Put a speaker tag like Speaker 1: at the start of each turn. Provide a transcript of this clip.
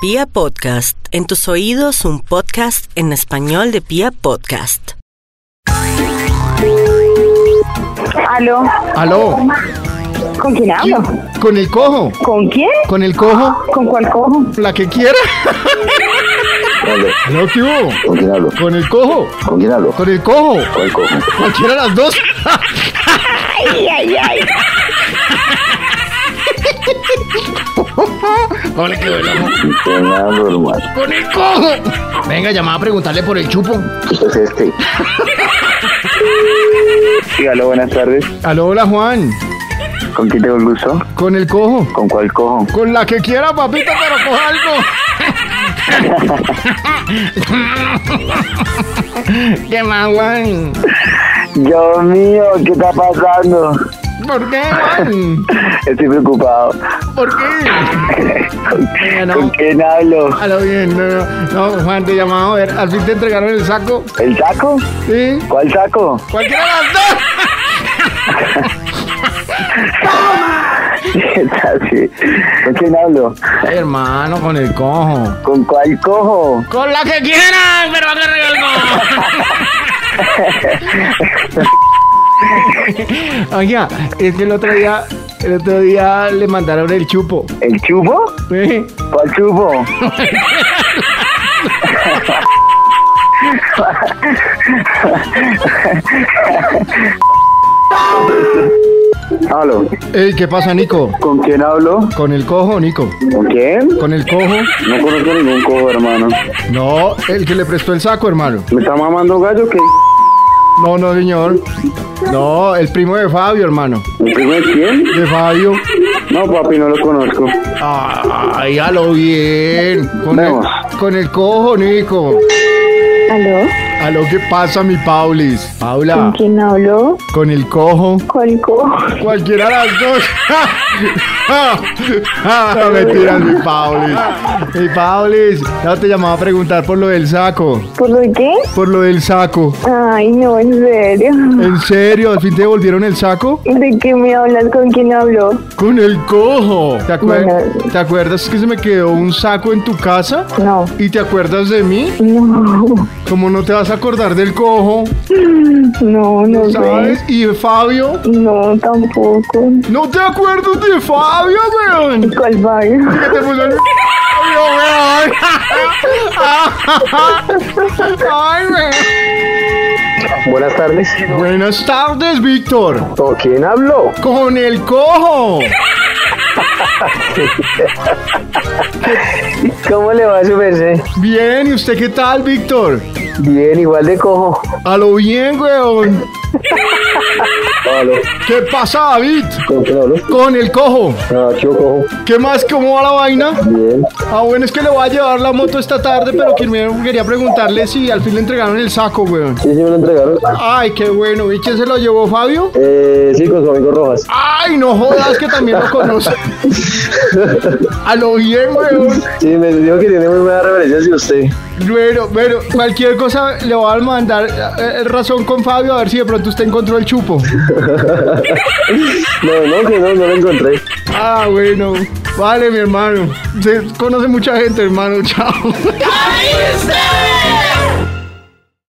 Speaker 1: Pia Podcast, en tus oídos un podcast en español de Pia Podcast.
Speaker 2: Aló,
Speaker 3: Aló,
Speaker 2: ¿con quién hablo?
Speaker 3: con el cojo,
Speaker 2: ¿Con quién?
Speaker 3: con el cojo,
Speaker 2: ¿Con cuál cojo?
Speaker 3: la que quiera.
Speaker 4: Aló,
Speaker 3: Aló, ¿qué hubo?
Speaker 4: ¿Con quién hablo?
Speaker 3: Con el cojo,
Speaker 4: ¿Con quién hablo?
Speaker 3: con el cojo,
Speaker 4: ¿Cuál cojo?
Speaker 3: cualquiera de las dos.
Speaker 2: Ay, ay, ay.
Speaker 3: Hola, qué bueno.
Speaker 4: ¿Con quién hablo, hermano?
Speaker 3: Con el cojo. Venga, llamaba a preguntarle por el chupo.
Speaker 4: Usted es este. Sí, aló, buenas tardes.
Speaker 3: Aló, hola Juan,
Speaker 4: ¿Con quién tengo el gusto?
Speaker 3: con el cojo,
Speaker 4: ¿Con cuál cojo?
Speaker 3: con la que quiera, papito, pero coja algo. ¿Qué más, Juan?
Speaker 4: Dios mío, ¿qué está pasando?
Speaker 3: ¿Por qué, Juan?
Speaker 4: Estoy preocupado.
Speaker 3: ¿Por qué? Bueno.
Speaker 4: ¿Con quién hablo?
Speaker 3: A lo bien, no, no, no, Juan, te llamaba a ver, al fin te entregaron el saco,
Speaker 4: ¿El saco?
Speaker 3: ¿sí?
Speaker 4: ¿Cuál saco?
Speaker 3: Cualquiera de las dos.
Speaker 4: Está así. ¿Con quién hablo?
Speaker 3: Hermano, con el cojo.
Speaker 4: ¿Con cuál cojo?
Speaker 3: Con la que quieran, pero agarre el cojo. Oiga, es que el otro día, el otro día le mandaron el chupo.
Speaker 4: ¿El chupo?
Speaker 3: ¿sí?
Speaker 4: ¿Cuál chupo? Aló,
Speaker 3: Ey, ¿qué pasa, Nico?
Speaker 4: ¿con quién hablo?
Speaker 3: Con el cojo, Nico.
Speaker 4: ¿Con quién?
Speaker 3: Con el cojo.
Speaker 4: No conozco ningún cojo, hermano.
Speaker 3: No, el que le prestó el saco, hermano.
Speaker 4: ¿Me está mamando gallo o qué?
Speaker 3: No, no, señor. No, el primo de Fabio, hermano.
Speaker 4: ¿Me primo es quién?
Speaker 3: De Fabio.
Speaker 4: No, papi, no lo conozco.
Speaker 3: Ay, a lo bien. Con el,
Speaker 4: Vamos.
Speaker 3: con el cojo, Nico.
Speaker 2: Aló,
Speaker 3: A lo que pasa, mi Paulis.
Speaker 2: ¿con
Speaker 3: Paula,
Speaker 2: quién hablo?
Speaker 3: con el cojo.
Speaker 2: ¿Cuál cojo?
Speaker 3: Cualquiera de las dos. no mentiras, mi Paulis. Mi Paulis, no te llamaba a preguntar por lo del saco.
Speaker 2: ¿Por lo de qué?
Speaker 3: Por lo del saco.
Speaker 2: Ay, no, en serio.
Speaker 3: ¿En serio? ¿Al fin te devolvieron el saco?
Speaker 2: ¿De qué me hablas? ¿Con quién hablo?
Speaker 3: Con el cojo. ¿Te, acuer-
Speaker 2: Bueno.
Speaker 3: ¿Te acuerdas que se me quedó un saco en tu casa?
Speaker 2: No,
Speaker 3: ¿Y te acuerdas de mí?
Speaker 2: no,
Speaker 3: Como no te vas a acordar del cojo,
Speaker 2: no, no sé.
Speaker 3: ¿sabes? Y de Fabio.
Speaker 2: No, tampoco.
Speaker 3: ¿No te acuerdas de Fabio, weón?
Speaker 2: ¿Cuál barrio?
Speaker 3: Que te puso el... Fabio, weón. Ay, weón.
Speaker 4: Buenas tardes.
Speaker 3: Buenas tardes, Víctor.
Speaker 4: ¿Con quién hablo?
Speaker 3: Con el cojo.
Speaker 4: ¿Cómo le va a su merced?
Speaker 3: Bien, ¿y usted qué tal, Víctor?
Speaker 4: Bien, igual de cojo.
Speaker 3: A lo bien, weón.
Speaker 4: Aló,
Speaker 3: ¿Qué pasa, David?
Speaker 4: ¿con quién hablo?
Speaker 3: Con el cojo.
Speaker 4: No, chico cojo.
Speaker 3: ¿Qué más? ¿Cómo va la vaina?
Speaker 4: Bien.
Speaker 3: Ah, bueno, es que le voy a llevar la moto esta tarde, pero primero quería preguntarle si al fin le entregaron el saco, weón.
Speaker 4: Sí, sí me lo entregaron.
Speaker 3: Ay, qué bueno. ¿Y quién se lo llevó, Fabio?
Speaker 4: Eh, sí, con su amigo Rojas.
Speaker 3: Ay, no jodas, que también lo conoce. A lo bien, weón.
Speaker 4: Sí, me dijo que tiene muy buenas referencias de usted.
Speaker 3: Bueno, bueno, cualquier cosa le voy a mandar eh, eh, razón con Fabio a ver si de pronto usted encontró el chupo.
Speaker 4: No, no, que no, no lo encontré.
Speaker 3: Ah, bueno. Vale, mi hermano. Se conoce mucha gente, hermano. Chao.